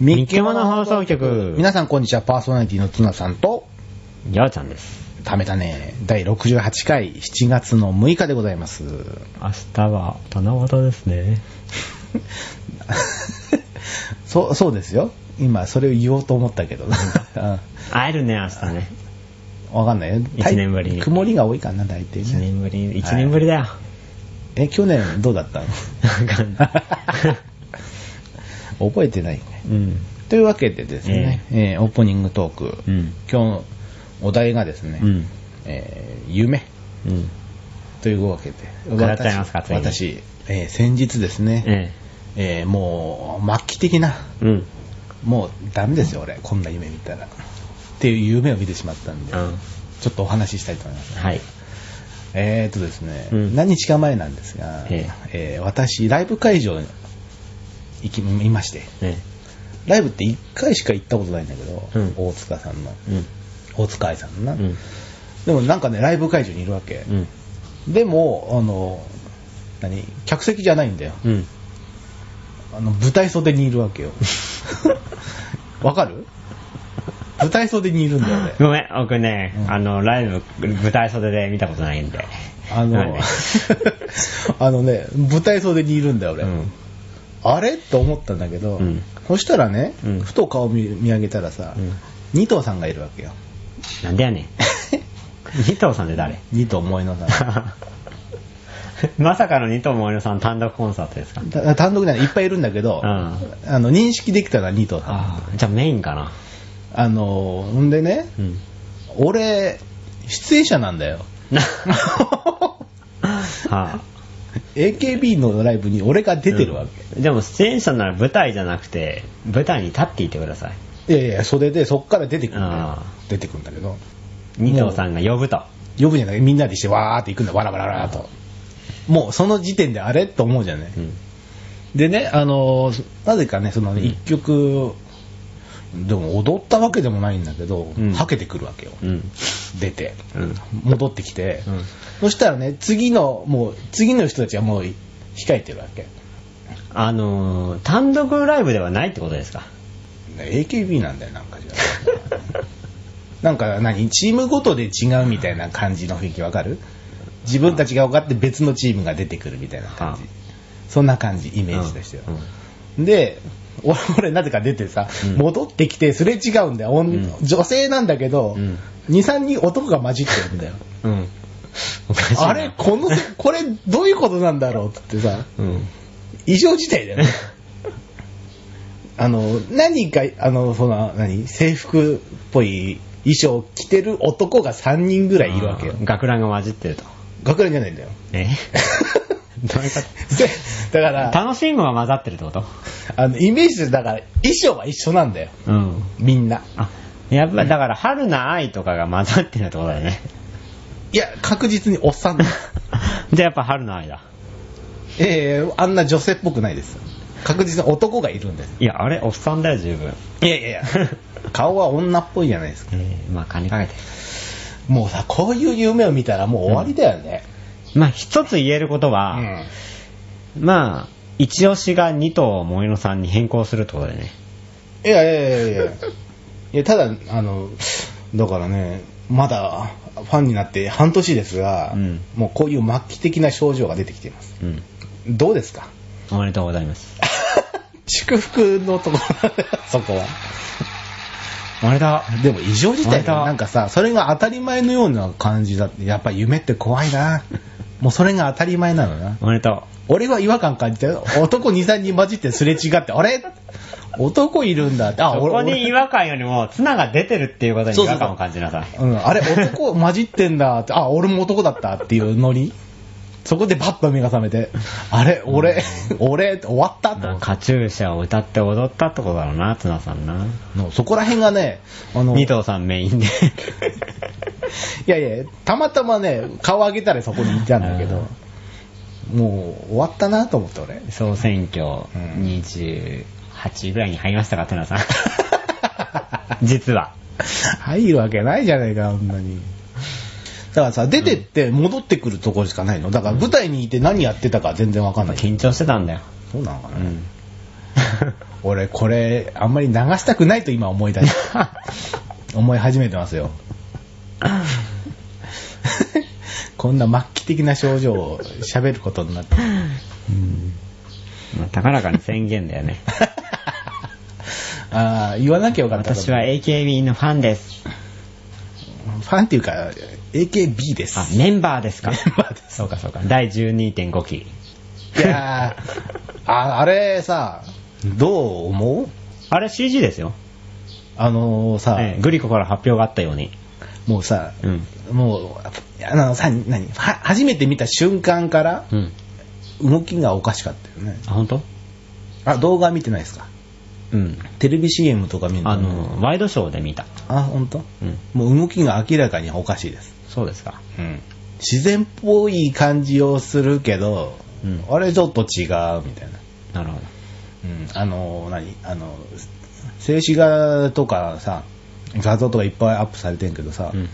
三毛物放送局。皆さんこんにちは、パーソナリティのツナさんと、やーちゃんです。ためたね、第68回7月の6日でございます。 明日は七夕ですね。そう、そうですよ。今、それを言おうと思った けどな。会えるね、明日ね。うんわかんないよ。大一年ぶりに曇りが多いかな、大体一ね。年ぶり、一年ぶりだ よ。え、去年どうだったのわかんない。 覚えてないね。うん。というわけでですね、えーオープニングトーク、うん今日のお題がですね、うんえー夢うん。というわけで、伺っちゃいますか私ついに私、えー先日ですね、ええーもう末期的な、え。うん。もうダメですよ、俺、こんな夢見たら。っていう夢を見てしまったんで、うんちょっとお話ししたいと思います。はい。えー、とですね、うん何日か前なんですが、ええー私、ライブ会場に行きいまして、えライブって1回しか行ったことないんだけど、うん大塚さんの、え。うん。大塚愛さんのな、うん。でもなんかね、ライブ会場にいるわけ。うん。でも、あの、何客席じゃないんだよ。うん。あの舞台袖にいるわ けよ。わかる舞台袖にいるんだ よね。ごめん、僕ね、うんあの、ライブ、舞台袖で見たことないんで。あはい の、あのね、舞台袖にいるんだよ、俺。うんあれと思ったんだけど、うんそしたらね、うんふと顔見見上げたらさ、うん二頭さんがいるわ けよ。なんでやねん。二藤さんって誰二頭思いのさん。 まさかの二藤森さん単独コンサートですかた単独じゃないいっぱいいるんだけど、うんあの認識できたのは二頭さん。ああ、じゃあメインかな。あの、ほんでね、うん。俺、出演者なんだよ。 は AKB のライブに俺が出てるわけ。け、でも出演者なら舞台じゃなくて舞台に立っていてくださいいやいや、袖でそっから出てくるんだよあ。出てくるんだけど、二藤さんが呼ぶと呼ぶじゃないみんなでしてわーって行くんだ、わらわらわらと。もうその時点であれと思うじゃない。うんでね、あのーなぜかね、そのね一曲、でも踊ったわけでもないんだけど、うんはけてくるわけよ。うん出て、うん戻ってきて、うんそしたらね、次の、もう、次の人たちはもう、控えてるわけ。あのー単独ライブではないってことですか AKB なんだよ、なんかじゃあ。 なんか何、チームごとで違うみたいな感じの雰囲気わかる自分たちが分かって別のチームが出てくるみたいな感じは。そんな感じ、 イメージとしては。で、俺、 俺なぜか出てさ、うん戻ってきてすれ違うんだよ。おんうん女性なんだけど、うん2、3人男が混じってるんだよ。うん、うん、おかしいなあれこの、これどういうことなんだろうって言ってさ、うん異常事態だよ ね。あの、何か、あの、その、何制服っぽい衣装を着てる男が3人ぐらいいるわけよあ。ー学ランが混じってると学年じゃないんだよ。えどういうことせだから、楽しいのが混ざってるってことあの、イメージで、だから、衣装は一緒なんだよ。うんみんな。あやっぱだから春菜愛とかが混ざってるってことだよねいや、確実におっさん だ。 じゃあやっぱ春菜愛だええあんな女性っぽくないです。確実に男がいるんです。いやあれおっさんだよ十分いやいやいや、顔は女っぽいじゃないですか。えー、まあ金かけてもうさ、こういう夢を見たらもう終わりだよね。まあ一つ言えることうは、んまあ一押しが二頭を萌野さんに変更するってことだよねいやいやいやいやいやただあのだからねまだファンになって半年ですが、うんもうこういう末期的な症状が出てきていますうんどうですかおめでとうございます 祝福のところそこはおめでとうでも異常事態だまよたなんかさそれが当たり前のような感じだってやっぱ夢って怖いなもうそれが当たり前なのなおめでと俺は違和感感じたよ男23人混じってすれ違ってあれ男いるんだってあうそこに違和感よりもツナが出てるっていうことにそう違そうそう和感を感じなさいうん、あれ、男混じってんだって、あ、俺も男だったっていうノリ。そこでパッと目が覚めて、あれ、俺、俺、終わったとま思あっカチューシャを歌って踊ったってことだろうなツナさんなてのそこら辺がね、あの、二い頭さんメイ ンでやいや、たまたまね、顔上げたらそこにいたんだけど、もう終わったなと思って俺。総選挙うん28ぐらいに入りましたかツナさん 実は入るわけないじゃないか、あんなに。だからさ、出てって戻ってくるところしかないの。だから舞台にいて何やってたか全然わかんない。緊張してたんだよそうなのかな、うん 俺、これ、あんまり流したくないと今思い出し 思い始めてますよ。こんな末期的な症状を喋ることになって。うん。まあ、高らかに宣言だよ ね。 ああ、言わなきゃよかったと思う私は AKB のファンです。ファンっていうか、AKB です。あ、メンバーですか。メンバーですそうかそうか。第12.5期。いやーあ、あれさ、どう思うあれ CG ですよ。あのーさ、ええグリコから発表があったように。もうさ、うん。もう、あのさ、何は初めて見た瞬間から、うん。動きがおかしかったよね。あ、本当？あ、動画見てないですかうん。テレビ CM とか見るあ、の、ワイドショーで見た。あ、ほんとうん。もう動きが明らかにおかしいです。そうですか。うん。自然っぽい感じをするけど、うんあれちょっと違うみたいな。なるほど。うん、あの、何あの、静止画とかさ、画像とかいっぱいアップされてんけどさ、うん。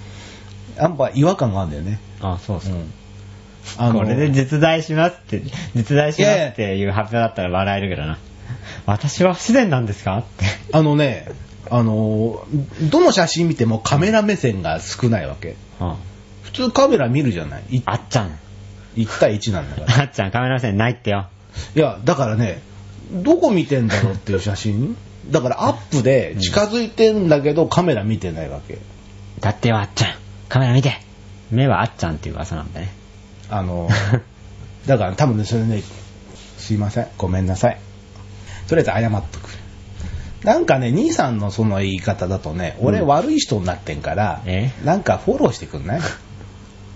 やっぱ違和感があるんだよね。あ、そうそうう。ん。あのこれで絶大しますって、絶大しますっていう発表だったら笑えるけどな。私は不自然なんですかって。あのね、あの、どの写真見てもカメラ目線が少ないわけ。うん。普通カメラ見るじゃないいあっちゃん。 1対1なんだ から。あっちゃん、カメラ目線ないってよ。いや、だからね、どこ見てんだろうっていう写真だからアップで近づいてんだけどカメラ見てないわけ。だってよ、あっちゃん。カメラ見て。目はあっちゃんっていう噂なんだね。あ の、だから多分ね、それね、すいません、ごめんなさい。とりあえず謝っとく。なんかね、兄さんのその言い方だとね、俺うん悪い人になってんから、えなんかフォローしてくんない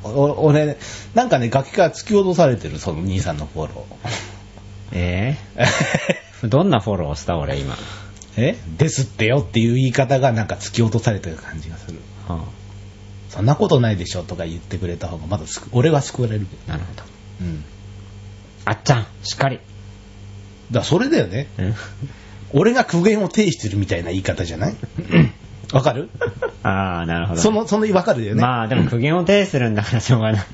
おお俺、なんかね、崖から突き落とされてる、その兄さんのフォロえー。えどんなフォローをした俺、今。えですってよっていう言い方がなんか突き落とされてる感じがする。はそんなことないでしょとか言ってくれた方がまだ救俺は救われるけど。あ、なるほど。うん。あっちゃん、しっかり。だからそれだよね。うん。俺が苦言を呈してるみたいな言い方じゃ ないわかるああ、なるほど。その、その、わかるよね。まあ、でも苦言を呈するんだからしょう がない。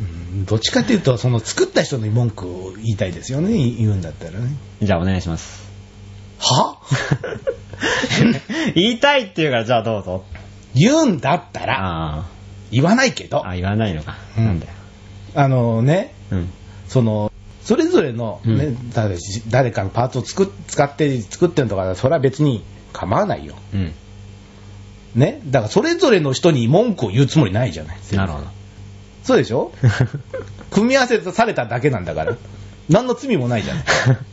うんどっちかっていうと、その作った人の文句を言いたいですよね、い言うんだったらね。じゃあ、お願いします。 は 言いたいって言うから、じゃあどうぞ。言うんだったら、あ言わないけあ。ど、あ、言わないのか。うんなんだよ。あのね、うん。その、それぞれの、うんね誰し誰かのパーツを作っ使って作ってるとか、それは別に構わないよ。うん。ね。だからそれぞれの人に文句を言うつもりないじゃない。なるほど。 そうでしょ 組み合わせされただけなんだから。何の罪もないじゃん。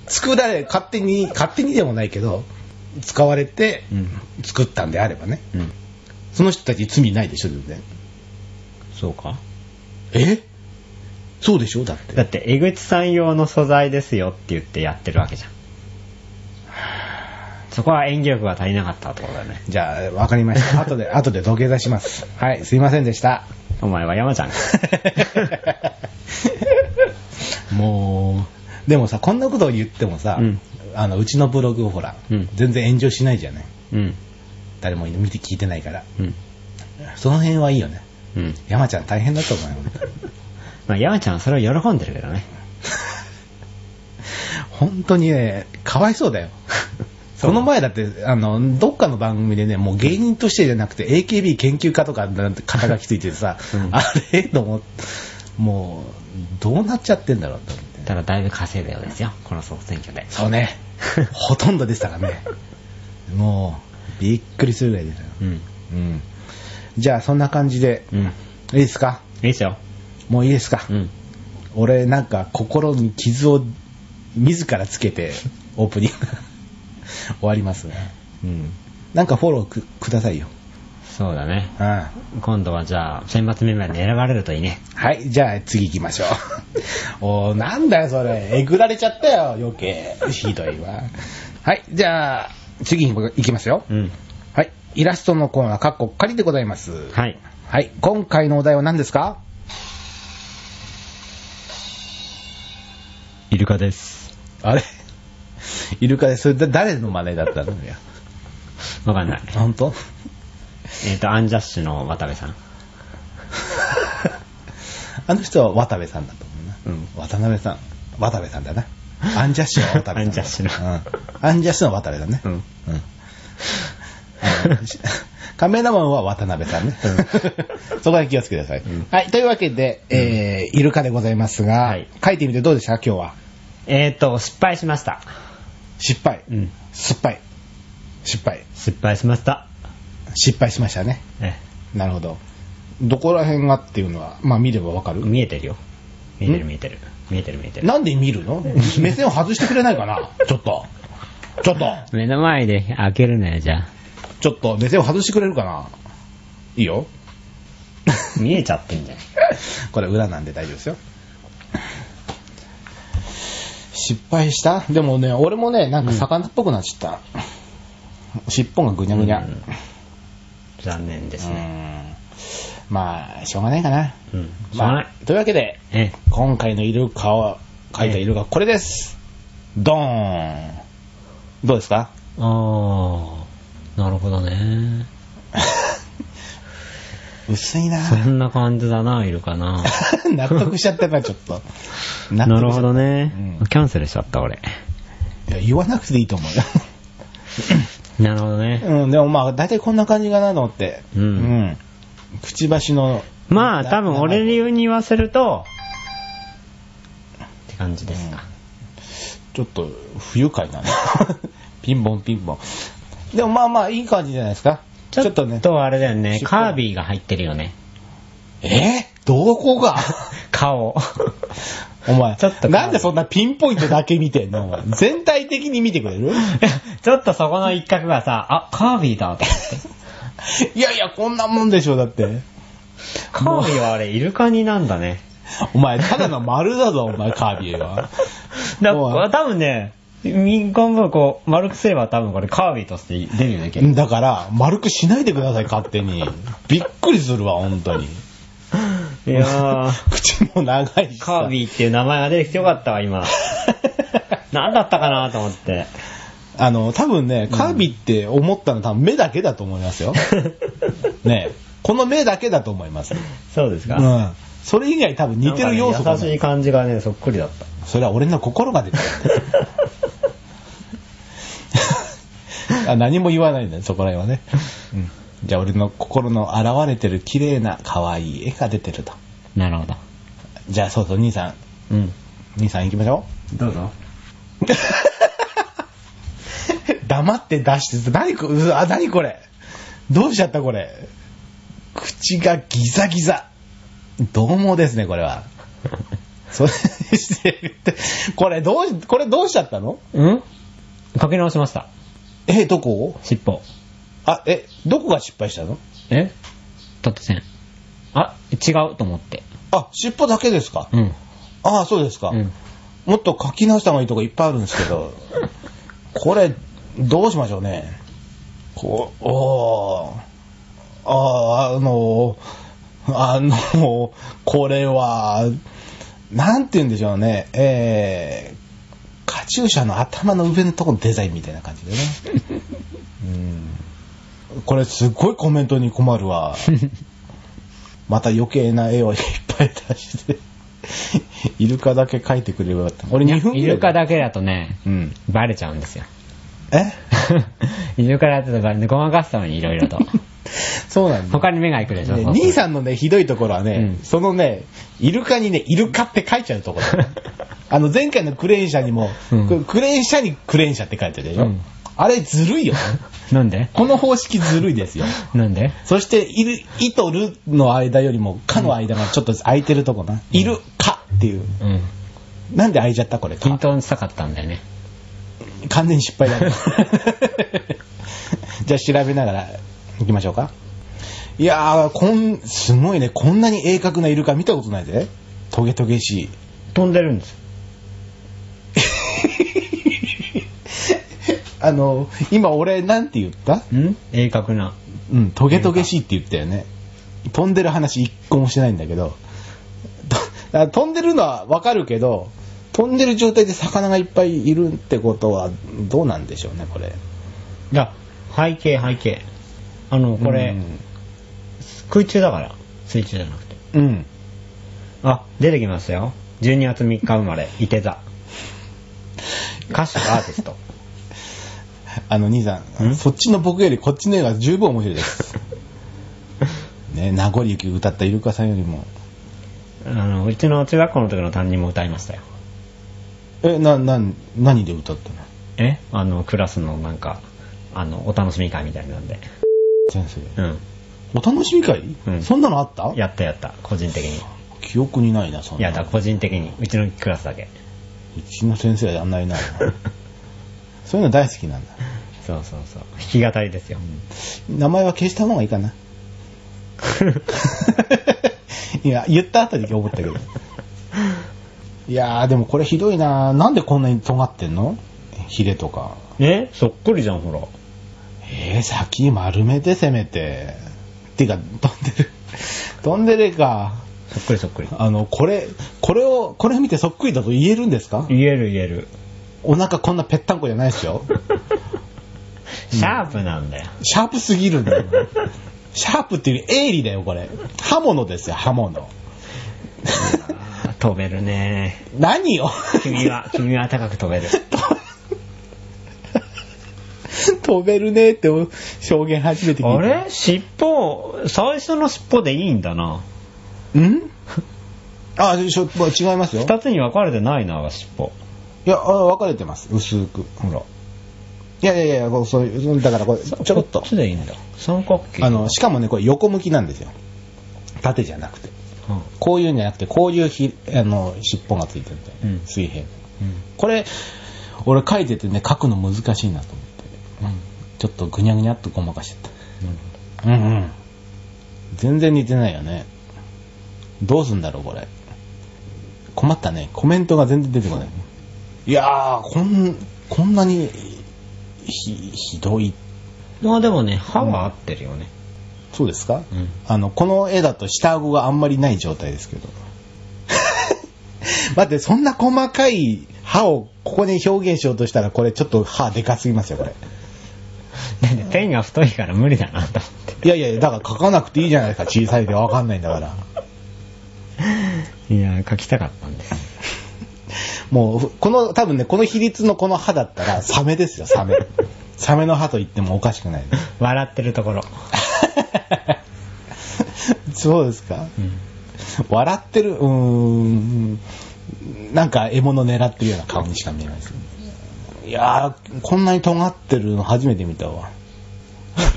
作られ、勝手に、勝手にでもないけど、使われてうん。作ったんであればね。うん。その人たち罪ないでしょ、全然。そうか。えそうでしょだって。だって、江口さん用の素材ですよって言ってやってるわけじゃん。そこは演技力が足りなかったってことだよね。じゃあ、わかりました。後で、後で土下座します。はい、すいませんでした。お前は山ちゃん か。 もう、でもさ、こんなことを言ってもさ、うんあの、うちのブログをほら、うん全然炎上しないじゃない。うん。誰も見て聞いてないから。うん。その辺はいいよね。うん。山ちゃん大変だと思うよ。 まあ、山ちゃんはそれを喜んでるけどね。本当にね、かわいそうだよ。その前だって、あの、どっかの番組でね、もう芸人としてじゃなくて AKB 研究家とかなんて肩書きついててさ、うんあれと思って、もう、どうなっちゃってんだろうと思って。ただ、だいぶ稼いだようですよ。この総選挙で。そうね。ほとんどでしたからね。もう、びっくりするぐらいでたよ。うん。うん。じゃあ、そんな感じで、うん。いいいですかいですよ。もういいですか、うん。俺なんか心に傷を自らつけてオープニング終わりますね。うん。なんかフォローくくださいよ。そうだね。うん。は今度はじゃあ、選抜メンバーに選ばれるといいね。い、じゃあ次行きましょう。おー、なんだよそれ。えぐられちゃったよ、余計。ひどいわ。はい、じゃあ次行きますよ。うん。はい、イラストのコーナー、かっこっかりでございます。はい。はい。今回のお題は何ですかイルカです。あれ イルカで、それだ誰の真似だったのよ。わかんない。本当えっ、と、アンジャッシュの渡部さん。 あの人は渡部さんだと思うな。うん渡辺さん。渡部さんだな。アンジャッシュの渡部だ。アンジャッシュのうんアンジャッシュの渡部だね。うんうん。あのしカメラマンは渡辺さんね。 そこだけ気をつけてください。はい。というわけで、えー、イルカでございますが、はい書いてみてどうでした今日は。えーと、失敗しました。失敗。うん。失敗。失敗。失敗しました。失敗しましたね。えなるほど。どこら辺がっていうのは、まあ見ればわかるえ見えてるよ。見えてるん見えてる。見えてる見えてる。なんで見るの目線を外してくれないか なちょっと。ちょっと。目の前で開けるなよ、じゃあ。ちょっと目線を外してくれるかないいよ。見えちゃってんじゃん。 これ裏なんで大丈夫ですよ。失敗したでもね、俺もね、なんか魚っぽくなっちゃった。尻尾がぐにゃぐにゃ。ううん残念ですね。んまあ、しょうがないかな。うん。しょうがまない。あ、というわけで、え今回のイルカを、描いたイルカはこれです。ドーン。どうですか え。あー、なるほどね。薄いな そんな感じだな、いるか な。納得しちゃったな、ちょっ と。納な得しちゃったるほどね、うんキャンセルしちゃった、俺。いや、言わなくていいと思うよ。なるほどね。 うん、でもまあ、大体こんな感じかなと思って。うんうんくちばしの。まあ、な多分俺流に言わせると、って感じですか。ちょっと、不愉快 なね。ピンポンピンポン。でもまあまあ、いい感じじゃないですか。ちょっとね。あれだよね尻、尾カービィが入ってるよね。えーどこが 顔。 お前、ちょっとなんでそんなピンポイントだけ見てんのお前全体的に見てくれ るちょっとそこの一角がさ、あ、カービィだと思って。いやいや、こんなもんでしょ、だって。 カービィはあれ、イルカになんだね。お前、ただの丸だぞ、お前、カービィ は。だもう多分ね、民間部こう、丸くすれば多分これカービィとして出るよね、結構だから、丸くしないでください、勝手に。びっくりするわ、本当に。 いやー。 口も長いしさ。カービィっていう名前が出てきてよかったわ、 今。何だったかなと思って。あの、多分ね、カービィって思ったの多分目だけだと思います よ。ねえこの目だけだと思います。そうですうか、ん。それ以外多分似てる要素がなんかなね優しいい。感じがね、そっくりだった。それは俺の心が出てる。あ何も言わないんだよ、そこら辺はね。うんじゃあ俺の心の現れてる綺麗な可愛い絵が出てると。 なるほど。じゃあそうそう、兄さん、うん。兄さん行きましょどうぞ。う。 黙って出して、何こうわ何これどうしちゃったこれ。口がギザギザ。どうもですね、これは。それしてるって、これどう、これどうしちゃったのうんかけ直しました。え、どこ尻尾。あ、え、どこが失敗したのえ縦線。あ、違うと思って。あ、尻尾だけですか、うん。ああ、そうですか、 うん。もっと書き直した方がいいとこいっぱいあるんですけど、これ、どうしましょうね。こう、おー、あー、あのー、あのー、これは、なんて言うんでしょうね、えー、カチューシャの頭の上のとこのデザインみたいな感じでね。うんこれすっごいコメントに困るわ。また余計な絵をいっぱい出して、イルカだけ描いてくれればよかった。俺2分ぐらいイルカだけだとね、うん。バレちゃうんですよ。 えイルカだとバレて、ごまかすためにいろいろと。そうなんだ。他に目が行くでしょ。ねそうそう兄さんのね、ひどいところはね、うんそのね、イルカにね、イルカって書いちゃうところ。 あの、前回のクレーン車にも、うんククレーン車にクレーン車って書いてるでしょ。うんあれずるい よね。 なんでこの方式ずるいですよ。なんでそして、いる、いとるの間よりも、かの間がちょっと空いてるとこな。いるかっていう。うん。なんで空いちゃったこれ。均等にしたかったんだよね。完全に失敗だ ね。じゃあ調べながら行きましょうか。いやー、こん、すごいね。こんなに鋭角なイルカ見たことないぜ。トゲトゲしい。飛んでるんです あの、今俺なんて言ったん鋭角な。うん、トゲトゲしいって言ったよね。飛んでる話一個もしてないんだけど。とだから飛んでるのはわかるけど、飛んでる状態で魚がいっぱいいるってことはどうなんでしょうね、これ。いや、背景、背景。あの、これ、空中だから。水中じゃなくて。うん。うん。あ、出てきますよ。12月3日生まれ、伊手座。歌手とアーティスト。あの、兄さん、んそっちの僕よりこっちの絵が十分面白い です。ね、名残雪歌ったイルカさんよりも。あの、うちの中学校の時の担任も歌いましたよ。え、な、な、何で歌ったのえあの、クラスのなんか、あの、お楽しみ会みたいなんで。先生。うん。お楽しみ会、うんそんなのあったやったやった、個人的に。記憶にないな、そんなやの。だ、個人的に。うちのクラスだけ。うちの先生はやんないな。 そういうの大好きなんだ。そうそうそう。弾き語りですよ。名前は消した方がいいか な。いや、言った後で思ったけど。いやー、でもこれひどいななんでこんなに尖ってんのヒレとか。えそっくりじゃん、ほら。えー、先丸めて攻めて。てか、飛んでる。 飛んでるか。そっくりそっくり。あの、これ、これを、これ見てそっくりだと言えるんですか言える言える。お腹こんなぺったんこじゃないです よ。シャープなんだよ。シャープすぎるんだよ。シャープっていうより鋭利だよ、これ。刃物ですよ、刃物。あ飛べるね。何よ君は、君は高く飛べる。 飛べるねって証言初めて聞いあた。れ尻尾、最初の尻尾でいいんだな。んあ、しょまあ違いますよ。二つに分かれてないな、尻尾。いや、あ分かれてます、薄く。ほら。いやいやいや、こうそういう、だからこれ、ちょろっとこっ。ちでいいんだ。三角形。あの、しかもね、これ横向きなんですよ。縦じゃなくて。うん、こういうんじゃなくて、こういうひ、あの、尻尾がついてるんで、うん水平。うんこれ、俺書いててね、書くの難しいなと思って。ちょっとぐにゃぐにゃっとごまかしてた。うんうん。全然似てないよね。どうすんだろう、これ。困ったね。コメントが全然出てこない。いやー、こん、こんなに、ひ、ひどい。まあでもね、歯は合ってるよね。そうですか、うんあの、この絵だと下顎があんまりない状態ですけど。 待って、そんな細かい歯をここに表現しようとしたら、これちょっと歯でかすぎますよ、これ。だって手が太いから無理だなと思っいやいや、だから書かなくていいじゃないですか、小さいでわかんないんだから。て。いや、書きたかったんです。もう、この、多分ね、この比率のこの歯だったら、サメですよ、サメ。サメの歯と言ってもおかしくない、ね。笑ってるところ。 そうですか、ん笑ってる、うーん、なんか獲物狙ってるような顔にしか見えないです。いやー、こんなに尖ってるの初めて見たわ。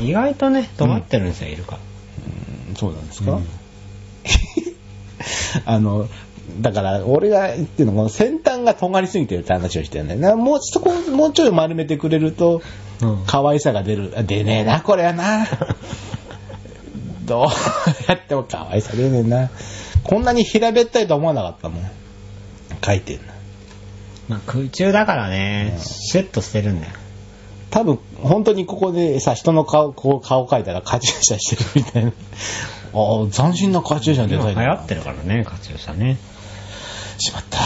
意外とね、止まってるんですよ、イルカ。うんそうなんですか、 あの、だから、俺が言ってるのは、この先端が尖りすぎてるって話をしてるんだよね。もう、そこ、もうちょい丸めてくれると、うん可愛さが出る。あ出ねえな、これは な。どうやっても可愛さ出ねえな。こんなに平べったいとは思わなかったもん。書いてんな。まあ空中だからね、シュッとしてるんだよ。多分、本当にここでさ、人の顔、こう顔描いたらカチューシャしてるみたいな。ああ、斬新なカチューシャのデザ今イン流だ行なってるからね、カチューシャね。しまった。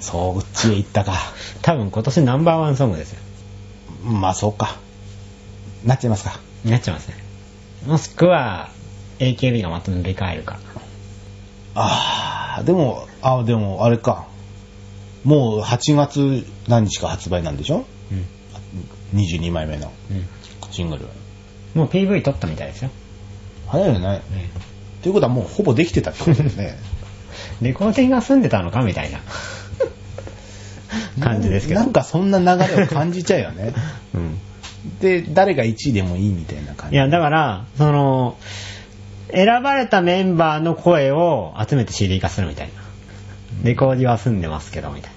そう、うっちへ行ったか。多分今年ナンバーワンソングですよ。まあ、そうか。なっちゃいますか。なっちゃいますね。もしくは、AKB がまた乗り換えるか。ああ、でも、あでも、あれか。もう8月何日か発売なんでしょうん。 ?22 枚目のうん。シングル。もう PV 撮ったみたいですよ。早いよね。ということはもうほぼできてたってことですね。レコーディングが済んでたのかみたいな 感じですけど。なんかそんな流れを感じちゃうよね。 うん。で、誰が1位でもいいみたいな感いじ。や、だから、その、選ばれたメンバーの声を集めて CD 化するみたいな。レコーディは済んでますけど、みたい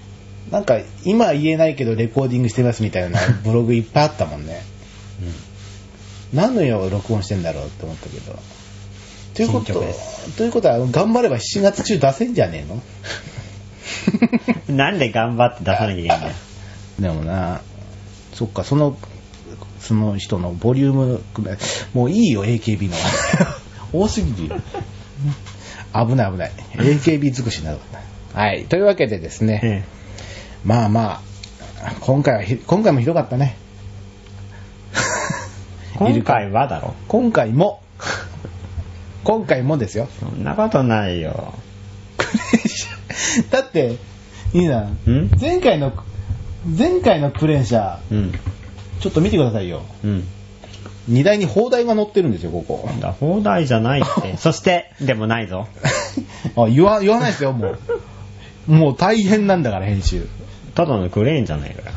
なんか今は言えないけどレコーディングしてますみたいなブログいっぱいあったもんね。何の用を録音してんだろうって思ったけど。というこ新曲でと、ということは、頑張れば7月中出せんじゃねえの な。なんで頑張って出さなきゃいけな いんだよ。でもな、そっか、その、その人のボリューム、もういいよ、AKB の。多すぎるよ。危ない危ない。AKB 尽くしになるからはい。というわけでですね、えまあまあ、今回はひ、今回もひどかったね。え今回はだろ。今回も、 今回もですよ。 そんなことないよ。だって、いいな、ん前回の前回のクレーン車、うん。ちょっと見てくださいよ。うん。荷台に砲台が乗ってるんですよ、ここ。だ放題じゃない って。そして、でもないぞ。あ言わ言わないですよ、もう。もう大変なんだから、編 集。ただのクレーンじゃないから。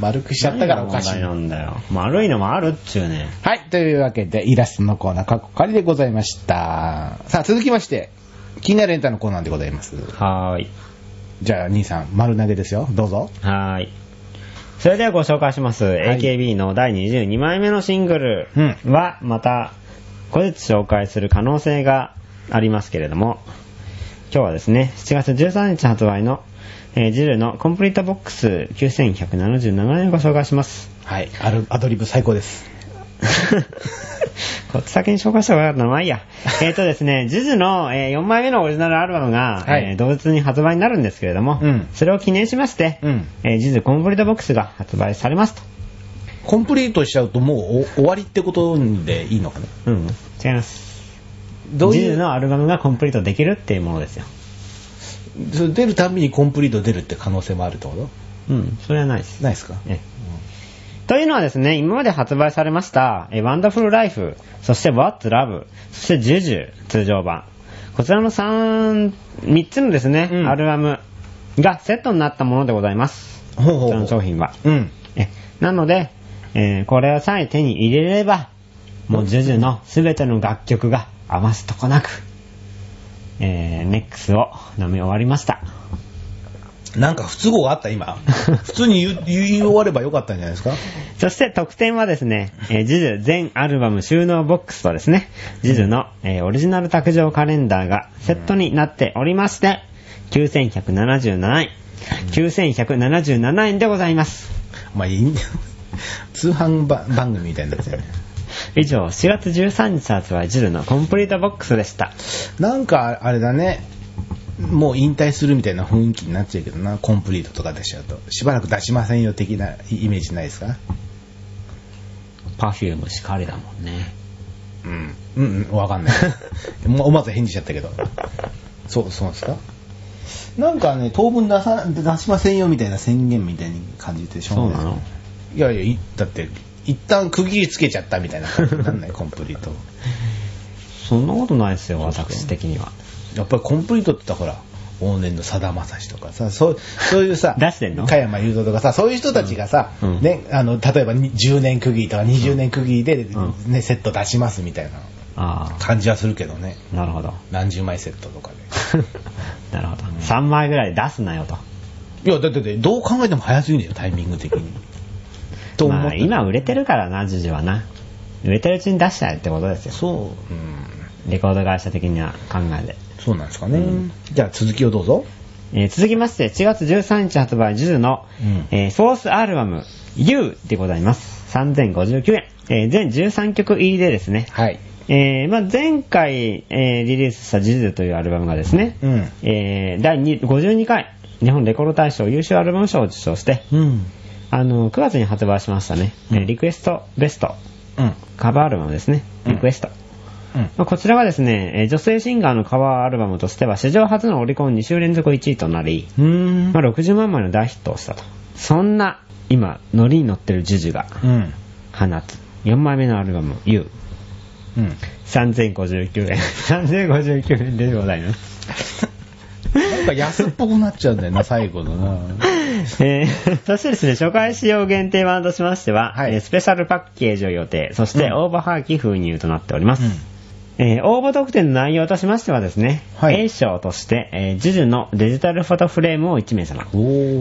丸くしちゃったからおかしい何。が問題なんだよ。丸いのもあるっちゅうね。はい、というわけで、イラストのコーナー、カッコ仮でございました。さあ、続きまして、気になるエンタのコーナーでございます。はーい。じゃあ、兄さん、丸投げですよ。どうぞ。はーい。それではご紹介します。い AKB の第22枚目のシングルうは、また、後日紹介する可能性がありますけれども、今日はですね、7月13日発売の、えージルのコンプリートボックス9177円をご紹介します。はい、アルアドリブ最高です。 こっち先に紹介した方がよかったな。まあい いや。えっ、とですね、ジュズの、え4枚目のオリジナルアルバムが、はいえー同日に発売になるんですけれども、うんそれを記念しまして、うんえージュズコンプリートボックスが発売されますと。コンプリートしちゃうともうお終わりってことでいいのかなうん。違います。どうジュいズうのアルバムがコンプリートできるっていうものですよ。それ出るたんびにコンプリート出るって可能性もあるってことうん。それはないです。ないですかええというのはですね、今まで発売されました、えー Wonderful Life、そして What's Love、そして Juju 通常版。こちらの3、3つのですね、うんアルバムがセットになったものでございます。ほうほうこちらほのう商品は。うん。えなので、えーこれをさえ手に入れれば、もう Juju の全ての楽曲が余すとこなく、えー、NEX を飲み終わりました。なんか不都合があった 今。普通に言う言い終わればよかったんじゃないですかそして特典はですね、えー、ジュジュ全アルバム収納ボックスとですね、ジュジュの、えーオリジナル卓上カレンダーがセットになっておりまして、9177円、9177円でございます。まあいい ん通販ば番組みたいなやつやね。以上、4月13日発売ジュジュのコンプリートボックスでした。なんかあれだね。もう引退するみたいな雰囲気になっちゃうけどな、コンプリートとか出しちゃうと。しばらく出しませんよ的なイメージないですかパフュームしかりだもんね。うん。うんうん、わかんない。 もう思わず返事しちゃったけど。そう、そうですかなんかね、当分出さ、出しませんよみたいな宣言みたいに感じてしょうがない。そうなのいやいやい、だって、一旦区切りつけちゃったみたいな感じになんない、コンプリート。そんなことないですよ、私的には。、やっぱりコンプリートって言ったらほら、往年のさだまさしとかさ、そうそういうさ 出してんの加山雄三とかさ、そういう人たちがさ、うんうんね、あの例えばに10年区切りとか20年区切りで、ねうセット出しますみたいなあ感じはするけどね。あ、なるほど。 何十枚セットとかで。 なるほど。3枚ぐらい出すなよと。いや、だってだってどう考えても早すぎるよ、タイミング的に。と思まっあ、て。今売れてるからな、ジュジュはな。売れてるうちに出したいってことですよ。そう。うん。レコード会社的には考えで。そうなんですかね。じゃあ続きをどうぞ。えー続きまして、4月13日発売、ジュジュの、うんえーフォースアルバム、You でございます。3059円。えー全13曲入りでですね。はい。えーまあ、前回、えーリリースしたジュジュというアルバムがですね、うんえー第2 52回日本レコード大賞優秀アルバム賞を受賞して、うん。あの、9月に発売しましたね、えーリクエストベストうん。カバーアルバムですね、うんリクエスト。うん。まあこちらはですね、えー女性シンガーのカバーアルバムとしては史上初のオリコン2週連続1位となり、うんまあ、60万枚の大ヒットをしたと。そんな、今、ノリに乗ってるジュジュがうん。放つ4枚目のアルバム、You。うん。 3059円。3059円でござ います。なんか安っぽくなっちゃうんだよな、最後のな。えーそしてですね、初回使用限定版としましては、はいえースペシャルパッケージを予定、そしてうん応募はがき封入となっております。えー応募特典の内容としましてはですね、はい A 賞として、えー、ジュジュのデジタルフォトフレームを1名様、お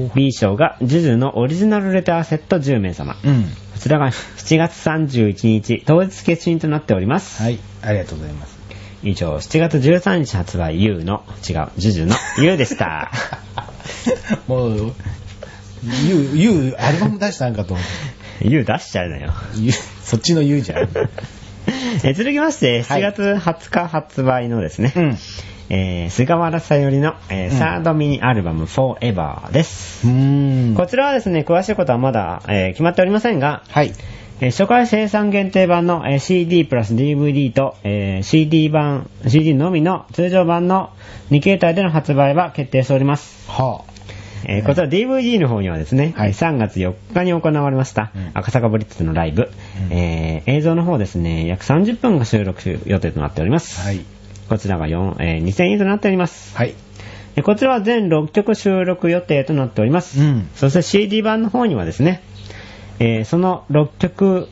ー。 B 賞がジュジュのオリジナルレターセット10名様、うん。こちらが7月31日当日欠品となっております。はい。ありがとうございます。 以上、7月13日発売 U の、違う、ジュジュの U でした。 もう、ゆう、ゆう、アルバム出したんかと思っ U 出しちゃうなよ。て。ゆうそっちのゆうじゃん。え続きまして、は7い月20日発売のですね、うんえー菅原さゆりの、えーうんサードミニアルバム Forever です。うん。こちらはですね、詳しいことはまだ、えー決まっておりませんが、はい。えー初回生産限定版の、えー CD プラス DVD と、えー CD 版、CD のみの通常版の2形態での発売は決定しております。はあ。えーこちら DVD の方にはですね、はいえー3月4日に行われました、うん赤坂ブリッツのライブ、うんえー映像の方ですね、約30分が収録予定となっております。はい。こちらが4、えー2000円となっております。はい。えーこちらは全6曲収録予定となっております。うんそして CD 版の方にはですね、えーその6曲、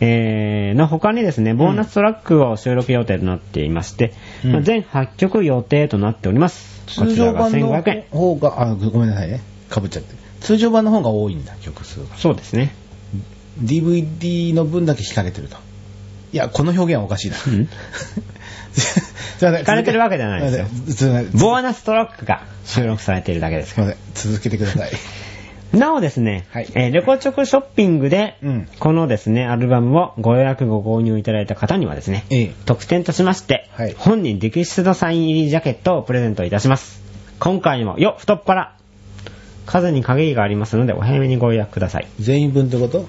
えーの他にですね、ボーナストラックを収録予定となっていまして、うんまあ全8曲予定となっております。こ通ちら常が版の1500円。方が、あ、ごめんなさいね。かぶっちゃって。通常版の方が多いんだ、曲数が。そうですね。 DVD の分だけ引かれてると。いや、この表現はおかしいな。うん 引かれてるわけじゃないですよすいませんすいまボーナストラックが収録されているだけでせすかん、続けてください。ら。なおですね、はいえーレコチョクショッピングで、うんこのですね、アルバムをご予約ご購入いただいた方にはですね、ええ特典としまして、はい本人直筆のサイン入りジャケットをプレゼントいたします。今回も、よ、太っ腹数に限りがありますので、お早めにご予約ください。全員分ってこと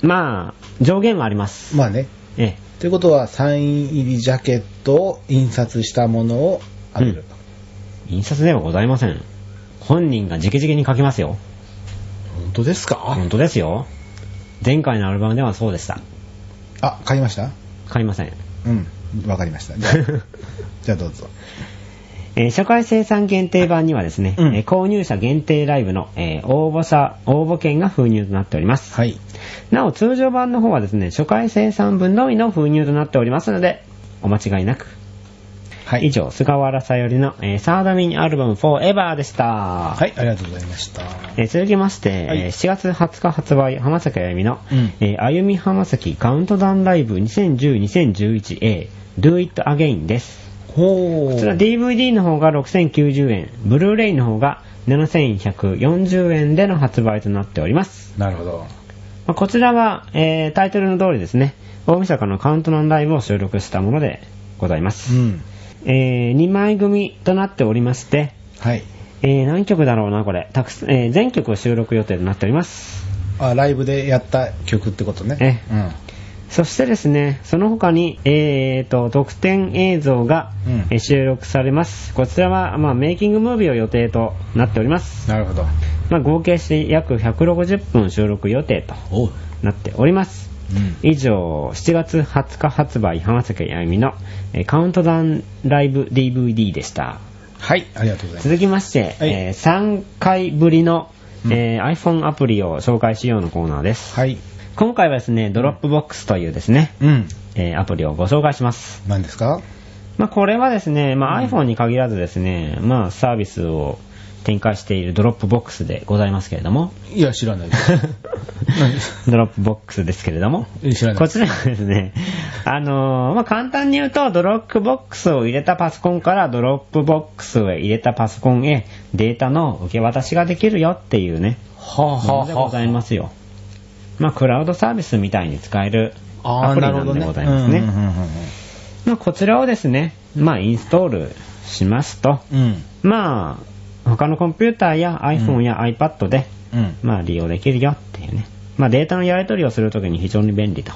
まあ、上限はあります。まあね。えということは、サイン入りジャケットを印刷したものをあげると。え、印刷ではございません。本人が直々に書きますよ。本当ですか本当ですよ。前回のアルバムではそうでした。あ、買いました買いません。うん、わかりました。じゃあ じゃあどうぞ。えー初回生産限定版にはですね、うんえー購入者限定ライブの、えー応募者、応募券が封入となっております。はい。なお、通常版の方はですね、初回生産分のみの封入となっておりますので、お間違いなく。はい。以。上、菅原さよりの、えーサーダミニアルバム Forever でした。はい、ありがとうございました。えー続きまして、はいえー7月20日発売、浜崎あゆみの、うんえーあゆみ浜崎カウントダウンライブ 2010-2011A Do It Again です。ほー。こちら DVD の方が6090円、ブルーレイの方が7140円での発売となっております。なるほど。まあこちらは、えータイトルの通りですね、大晦日のカウントダウンライブを収録したものでございます。うん。え2枚組となっておりまして、はい。えー何曲だろうな、これ。たくさん、えー全曲を収録予定となっております。あ、ライブでやった曲ってことね。えそしてですね、その他に、えーと、特典映像が、うんえー収録されます。こちらは、まあ、メイキングムービーを予定となっております。うん。なるほど。まあ、合計して約160分収録予定とおう。なっております。うん。以上、7月20日発売、浜崎あゆみのえーカウントダウンライブ DVD でした。はい、ありがとうございます。続きまして、はいえー3回ぶりの、うんえー iPhone アプリを紹介しようのコーナーです。はい。今回はですね、ドロップボックスというですね、うん。えーアプリをご紹介します。何ですかまあ、これはですね、まあ、iPhone に限らずですね、まあ、サービスを展開しているドロップボックスでございますけれど も、いや、知らないです。ドロップボックスですけれども、何 知らない こです。ちらはですね、あのーまあ、簡単に言うと、ドロップボックスを入れたパソコンからドロップボックスを入れたパソコンへデータの受け渡しができるよっていうね、はあ。ものでございますすよ。まあ、クラウドサービスみたいに使えるあアあ、プリなるほなんどでね。ございますね。うんうんうんまあ、こちらをですね、まあ、インストールしますと、うん。うんまあ、他のコンピューターや iPhone や iPad で、うん。まあ、利用できるよっていうね。まあ、データのやり取りをするときに非常に便利と。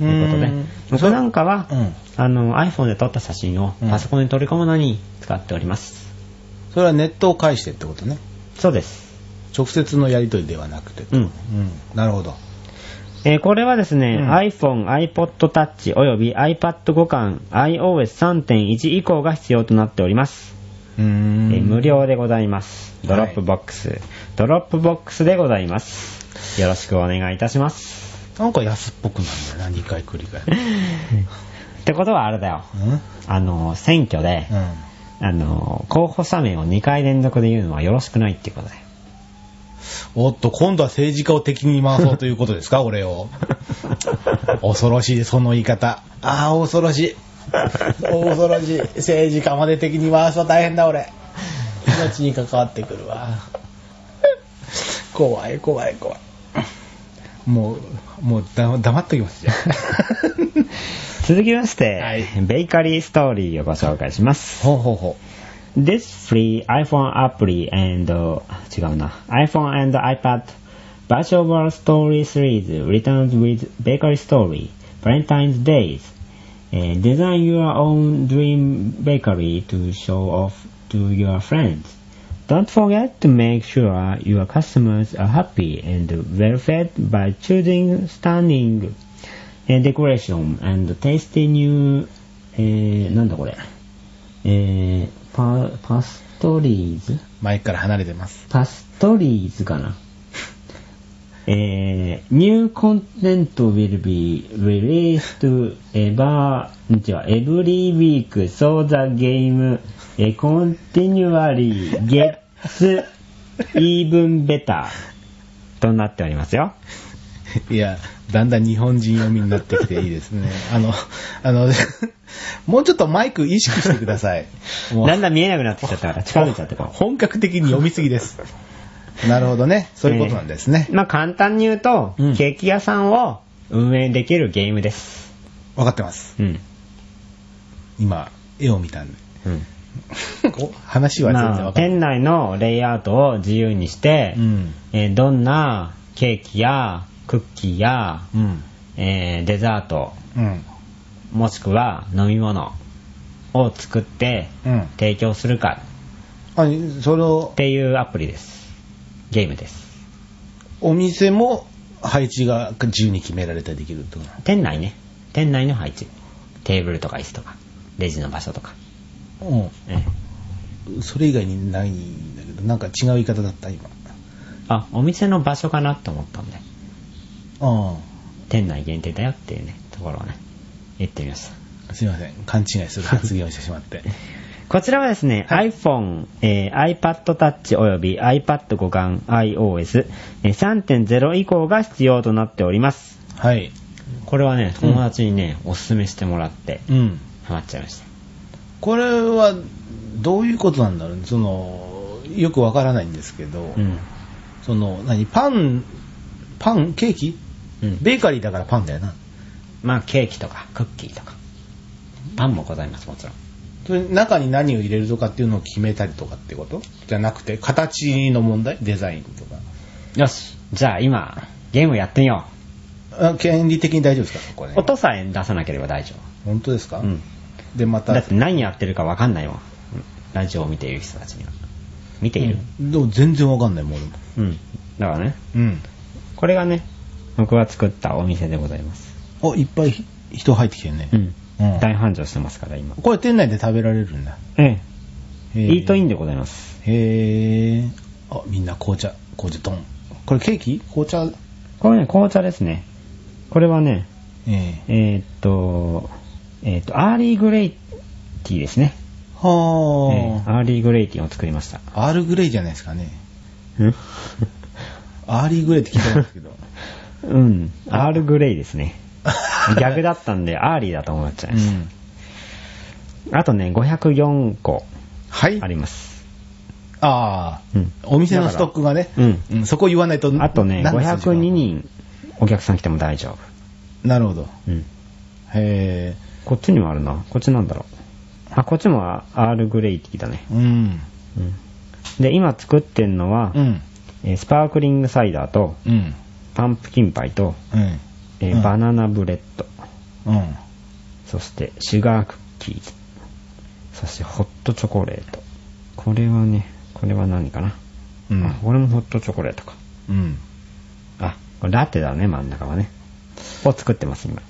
ということでうん、僕なんかは、うんあの iPhone で撮った写真をうんパソコンに取り込むのに使っております。それはネットを介してってことね。そうです。直接のやり取りではなくて。うん。うん。なるほど。えーこれはですね、うん iPhone、iPod Touch および iPad 互換 iOS3.1 以降が必要となっております、うーんえー無料でございます。ドロップボックス、ドロップボックスでございます。よろしくお願いいた します。なんか安っぽくなるんだよな、2回繰り返す。ってことはあれだよ。うんうん。あの、選挙で、あの、候補者名を2回連続で言うのはよろしくないっていうことだよ。おっと、今度は政治家を敵に回そうということですか、俺を。恐ろしい、その言い方。ああ、恐ろしい。恐ろしい。政治家まで敵に回すと大変だ、俺。命に関わってくるわ。怖い、怖い、怖い。もう、もうだ黙っときます、 じゃ続きまして、はいベイカリーストーリーをご紹介しますあ。。ほうほうほ This free iPhone アプリ and, 違うな、iPhone and iPad Virtual Story Series returns with Bakery Story Valentine's Days、Eh, Design your own dream bakery to show off to your friends Don't forget to make sure your customers are happy and well fed by choosing stunning uh, decoration and tasty new, えー、なんだこれ、えー、パ、パストリーズマイクから離れてます。パストリーズかな。 えー、new content will be released ever, 違う every week, so the game eh, continually gets even better となっておりますよ。いや、だんだん日本人読みになってきていいです ね。あの、あの、もうちょっとマイク意識してください。もうだんだん見 えなくなってきちゃったから、近づいちゃってこう。本格的に読みすぎです。なるほどね。そういうことなんですね。 まあ簡単に言うと、うんケーキ屋さんを運営できるゲームです。わかってます。うん。今、絵を見たんで。うん。お話は全然まあ、わかんない。店内のレイアウトを自由にして、うん。えーどんなケーキやクッキーや、うん。えーデザートうん。もしくは飲み物を作ってうん。提供するかあ、そのっ、ていうアプリですゲームですお店も配置が自由に決められたりできるってこと店内ね店内の配置テーブルとか椅子とかレジの場所とか、ええうん。それ以外にないんだけど、なんか違う言い方だった、今。あお店の場所かなと思ったんであ店内限定だよっていうねところをね言ってみましたあ。すいません。勘違いする発言をしてしまって。 こちらはですね、はい iPhone、えー iPad Touch および iPad 互換 iOS、えー3.0以降が必要となっております。はい。これはね、友達にね、おすすめしてもらって、うん。ハマっちゃいました。これは、どういうことなんだろうね。その、よくわからないんですけど、うん。その、何パン、パン、ケーキうん。ベーカリーだからパンだよな。まあ、ケーキとか、クッキーとか、パンもございます、もちろん。それ中に何を入れるとかっていうのを決めたりとかってことじゃなくて、形の問題デザインとか。よし、じゃあ今、ゲームやってみよあ権利的に大丈夫ですかこれ、う。音さえ出さなければ大丈本当ですか、夫。うん。で、また。だって何やってるかわかんないもん。ラジオを見ている人たちには。見ている、うんでも全然わかんないもん、俺も。うん。だからね、うん。これがね、僕が作ったお店でございます。お、いっぱいひ人入ってきてるね。うん。うん大繁盛してますから、今。これ店内で食べられるんだ。えへえ。ーイートインでございます。へー。あ、みんな紅茶、紅茶ドン。これケーキ紅茶、これね、紅茶ですね。これはね、えええーっと、えーっと、アーリーグレイティーですね。ええはー。アーリーグレイティーを作りました。アールグレイじゃないですかね。 うんアーリーグレイって聞いたんですけど。うん。アールグレイですね。逆だったん で、アーリーだと思っちゃいうましん。た。あとね、504個はいあ。ります。ああ、うんお店のストックがね、うんうんそこ言わないと、あとね、なんで数字が502人お客さん来ても大丈なるほど。夫。うん。へこっちにもあるな。こっちなんだろう。あ、こっちもアールグレイティーだね。え、うん、うん。で、今作ってんのは、うん、えースパークリングサイダーと、うん、パンプキンパイと、うん、えーうんバナナブレッド、うん。そしてシュガークッキーズ、そしてホットチョコレート。これはね、これは何かな。うんあ、これもホットチョコレートか。うんあ、これラテだね、真ん中はね。を作ってます、今。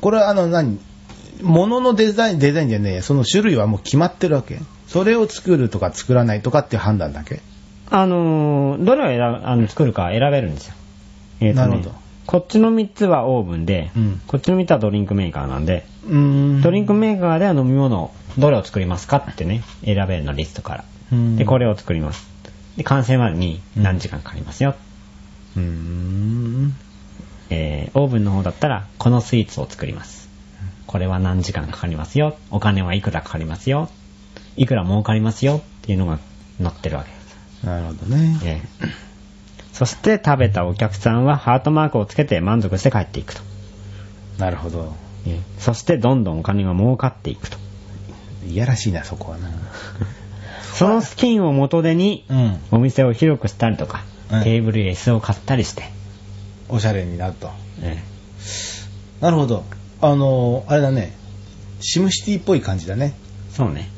これはあの何、物のデザイン、デザインじゃねえや、その種類はもう決まってるわけそれを作るとか作らないとかっていう判断だけあのーどれを選ぶあの作るか選べるんですよ。えーとねなるほどこっちの3つはオーブンで、うんこっちの3つはドリンクメーカーなんで、うーん。ドリンクメーカーでは飲み物を、どれを作りますかってね、選べるのリストから。うんで、これを作ります。で、完成までに何時間かかりますよ。うーん。えー、オーブンの方だったら、このスイーツを作ります。これは何時間かかりますよ。お金はいくらかかりますよ。いくら儲かりますよ。っていうのが載ってるわけです。なるほどね。ええそして食べたお客さんはハートマークをつけて満足して帰っていくと。なるほど。ええそしてどんどんお金が儲かっていくと。いやらしいな、そこはな。そのスキンを元手に うん。お店を広くしたりとか、うんテーブルや椅子を買ったりして、おしゃれになると。えなるほど。あの、あれだね。シムシティっぽい感じだね。えそうね、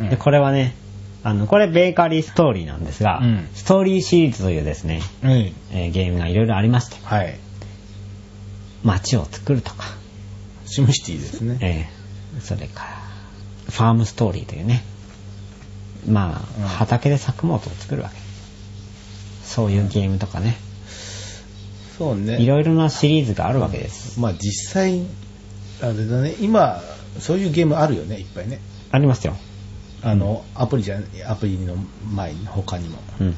うんで。これはね、あの、これベーカリーストーリーなんですが、うんストーリーシリーズというですね、うん。えーゲームがいろいろありまして、はい。街を作るとか、シムシティですね。えーそれから、ファームストーリーというね、まあ、うん畑で作物を作るわけ。そういうゲームとかね、そうね。いろいろなシリーズがあるわけです。まあ実際、あれだね、今、そういうゲームあるよね、いっぱいね。ありますよ。あの、アプリじゃ、アプリの前に、他にも。うん。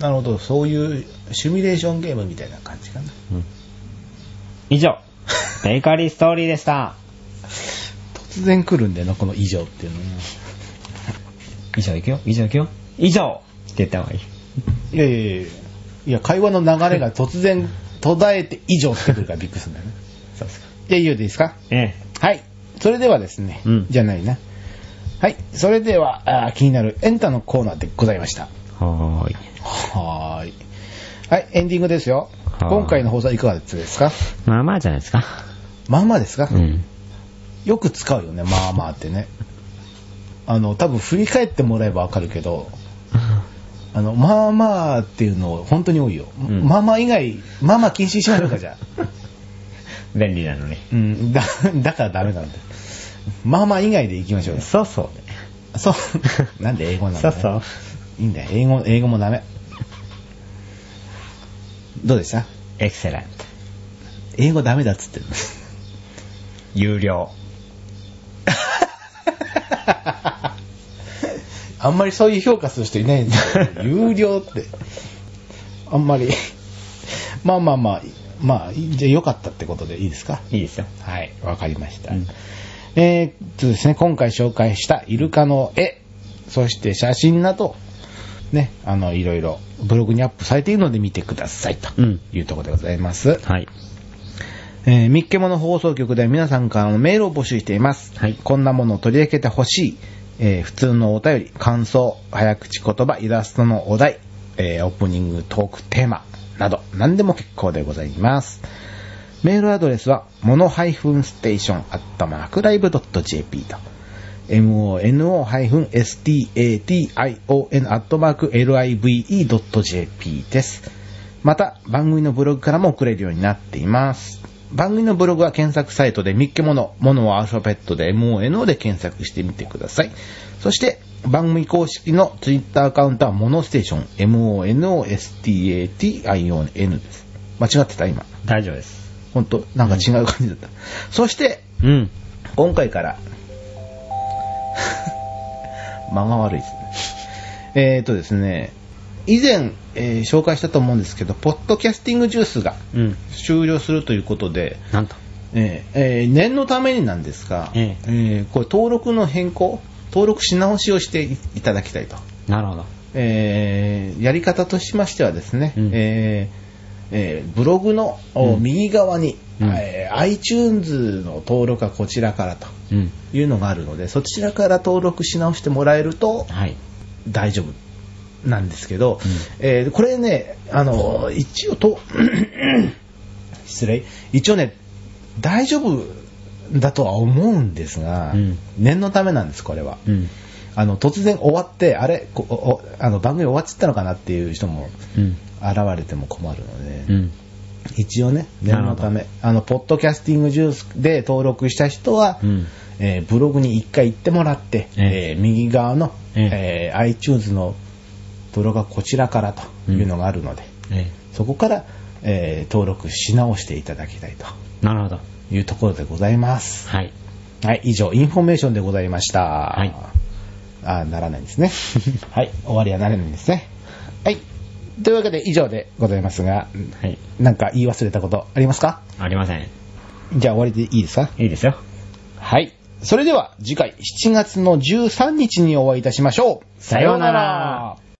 なるほど、そういうシミュレーションゲームみたいな感じかな。うん以 上、ベーカリーストーリーでした。突然来るんだよな、この異常っていうのね。以上行くよ、以上行くよ、以上って言った方がいい。いやいやいやいや、会話の流 れが突然途絶えて異常してくるからびっくりするんだよね。そうですか。じゃあ、言うでいいですかえはい。それではですね、うんじゃないな。はい。それでは、あー気になるエンタのコーナーでございました。え。はーい。はーい。はい、エンディングですよ。はーい今回の放送はいかがですかまあまあじゃないですか。まあまあですか、うん。よく使うよね、まあまあってね。あの、多分振り返ってもらえばわかるけど、あの、まあまあっていうの本当に多いよ。んまあまあ以外、まあまあ禁止にしましょうか、じゃ あ。便利なのに。うん、だ、だからダメなんだよ。まあまあ以外でいきましょうよ。そうそう。そう。なんで英語なんだ、ね、そうそう。いいんだよ、英語、英語もダメ。どうでしたエクセレント。英語ダメだっつってる。有料。 あんまりそういう評価する人いないんだよ有料って。あんまり。まあまあまあ、まあ、じゃあ良かったってことでいいですかいいですよ。はい、わかりました。うんえーっとですね、今回紹介したイルカの絵、そして写真など、ね、あの、いろいろブログにアップされているので見てくださいとうんいうところでございます。はい。えー、みっけもの放送局では皆さんからのメールを募集しています。はいこんなものを取り上げてほしい、えー普通のお便り、感想、早口言葉、イラストのお題、えーオープニングトークテーマなど、何でも結構でございます。メールアドレスは、モノハイフンステーションアットマークライブドット JP と、mono-station アットマーク live.jp です。また、番組のブログからも送れるようになっています。番組のブログは検索サイトでみっけもの、ものはアルファベットで MONO で検索してみてください。そして、番組公式のツイッターアカウントはモノステーション、MONOSTATION です。間違ってた今。大丈夫です。ほんと、なんか違う感じだった。そして、うん。今回から、 間が悪いですね。えーとですね、以前、えー紹介したと思うんですけど、ポッドキャスティングジュースがうん。終了するということで、なんと。えーえー念のためになんですが、ええーこれ登録の変更、登録し直しをしていただきたいと。なるほど。えーやり方としましてはですね、うんえーえーブログのおうん右側に、うんえー iTunes の登録はこちらからとうん。いうのがあるので、そちらから登録し直してもらえるとはい。大丈夫なんですけど、うんえーこれね、あの、一応と、 失礼、一応ね、大丈夫だとは思うんですが、うん念のためなんです、これは。うん。あの突然終わって、あれ、こおおあの番組終わっちゃったのかなっていう人もうん。現れても困るので、うん。一応ね、念のため、あのポッドキャスティングジュースで登録した人は、うんえーブログに一回行ってもらって、えええー右側の、ええー iTunes のブログはこちらからというのがあるので、えそこから、えー登録し直していただきたいとえ。なるほど。いうところでございます。はい。はい、以上、インフォメーションでございました。はいあーならないです ね。はい、終わりはならないですね。はい。というわけで、以上でございますが、はい。なんか言い忘れたことありますかありません。じゃあ終わりでいいですかいいですよ。はい。それでは、次回7月の13日にお会いいたしましょう。さようなら。